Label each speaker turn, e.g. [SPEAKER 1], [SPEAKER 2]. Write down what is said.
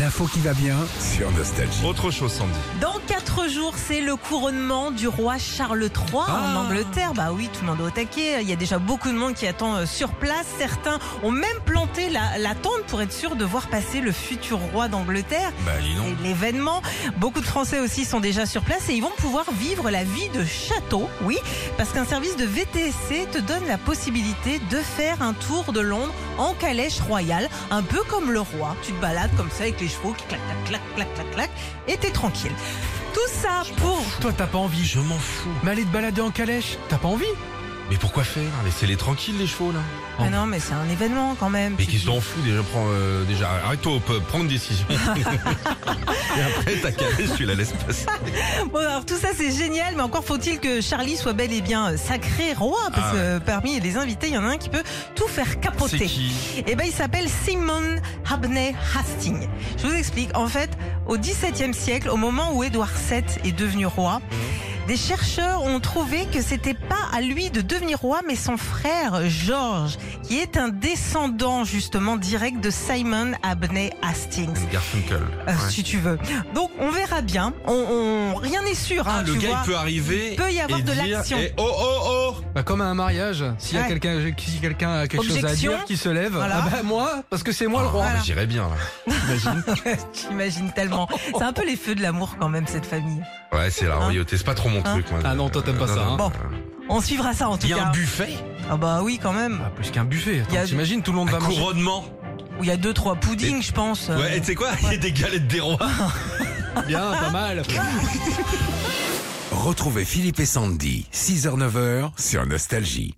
[SPEAKER 1] L'info qui va bien sur Nostalgie.
[SPEAKER 2] Autre chose, Sandy.
[SPEAKER 3] Dans quatre jours, c'est le couronnement du roi Charles III en
[SPEAKER 1] Ah.
[SPEAKER 3] Angleterre. Bah oui, tout le monde est au taquet. Il y a déjà beaucoup de monde qui attend euh, sur place. Certains ont même planté la, la tente pour être sûr de voir passer le futur roi d'Angleterre.
[SPEAKER 2] Bah, dis
[SPEAKER 3] C'est l'événement. Beaucoup de Français aussi sont déjà sur place et ils vont pouvoir vivre la vie de château, oui, parce qu'un service de VTC te donne la possibilité de faire un tour de Londres en calèche royale, un peu comme le roi. Tu te balades comme ça avec les chevaux qui clac, clac, clac, clac, clac, clac, et t'es tranquille. Tout ça pour...
[SPEAKER 1] Toi, t'as pas envie.
[SPEAKER 2] Je m'en fous.
[SPEAKER 1] Mais aller te balader en calèche, t'as pas envie
[SPEAKER 2] Mais pourquoi faire Laissez-les tranquilles, les chevaux, là.
[SPEAKER 3] Ah non, mais c'est un événement quand même.
[SPEAKER 2] Mais
[SPEAKER 3] Tu
[SPEAKER 2] qu'ils
[SPEAKER 3] te
[SPEAKER 2] s'en foutent, déjà, prends, euh, déjà, arrête-toi, p- prends une décision. Et après, t'as calé, tu la laisses passer.
[SPEAKER 3] Bon, alors tout ça c'est génial, mais encore faut-il que Charlie soit bel et bien euh, sacré roi, parce
[SPEAKER 2] Ah
[SPEAKER 3] que
[SPEAKER 2] ouais.
[SPEAKER 3] euh, parmi les invités, il y en a un qui peut tout faire
[SPEAKER 2] C'est
[SPEAKER 3] capoter.
[SPEAKER 2] qui
[SPEAKER 3] Eh ben, il s'appelle Simon Abney Hastings. Je vous explique. En fait, au XVIIe siècle, au moment où Édouard VII est devenu roi, des chercheurs ont trouvé que c'était pas à lui de devenir roi, mais son frère George, qui est un descendant justement direct de Simon Abney Hastings.
[SPEAKER 2] Garfunkel.
[SPEAKER 3] Euh,
[SPEAKER 2] Ouais.
[SPEAKER 3] si tu veux. Donc on verra bien. On, on- rien n'est sûr. hein,
[SPEAKER 2] Ah, le
[SPEAKER 3] tu
[SPEAKER 2] gars,
[SPEAKER 3] vois.
[SPEAKER 2] il peut arriver.
[SPEAKER 3] Il peut y avoir
[SPEAKER 2] et
[SPEAKER 3] de
[SPEAKER 2] dire,
[SPEAKER 3] l'action.
[SPEAKER 2] eh, oh, oh, oh
[SPEAKER 1] Bah, comme à un mariage, s'il y a
[SPEAKER 3] Ouais.
[SPEAKER 1] quelqu'un si quelqu'un a quelque chose à
[SPEAKER 3] Objection.
[SPEAKER 1] dire, qui se lève,
[SPEAKER 3] Voilà.
[SPEAKER 1] ah bah moi, parce que c'est moi le
[SPEAKER 2] Ah,
[SPEAKER 1] roi.
[SPEAKER 2] mais J'irais bien, là.
[SPEAKER 3] J'imagine tellement. C'est un peu les feux de l'amour quand même cette famille.
[SPEAKER 2] Ouais, c'est la royauté. C'est pas trop mon truc, moi.
[SPEAKER 1] Ah non, toi, t'aimes pas
[SPEAKER 2] Non,
[SPEAKER 1] ça,
[SPEAKER 2] non,
[SPEAKER 1] hein.
[SPEAKER 2] non.
[SPEAKER 3] On suivra ça en tout
[SPEAKER 2] Il y a
[SPEAKER 3] cas.
[SPEAKER 2] un buffet,
[SPEAKER 3] Ah bah oui quand même.
[SPEAKER 1] Ah, plus qu'un buffet.
[SPEAKER 3] Il y
[SPEAKER 1] Attends,
[SPEAKER 3] a-
[SPEAKER 1] t'imagines, tout le monde
[SPEAKER 2] un
[SPEAKER 1] va manger.
[SPEAKER 2] couronnement.
[SPEAKER 3] Où il y a deux trois puddings je pense. euh,
[SPEAKER 2] Ouais, et tu sais quoi Il y a des galettes des rois.
[SPEAKER 1] Bien, pas mal.
[SPEAKER 4] Retrouvez Philippe et Sandy, 6h-9h sur Nostalgie.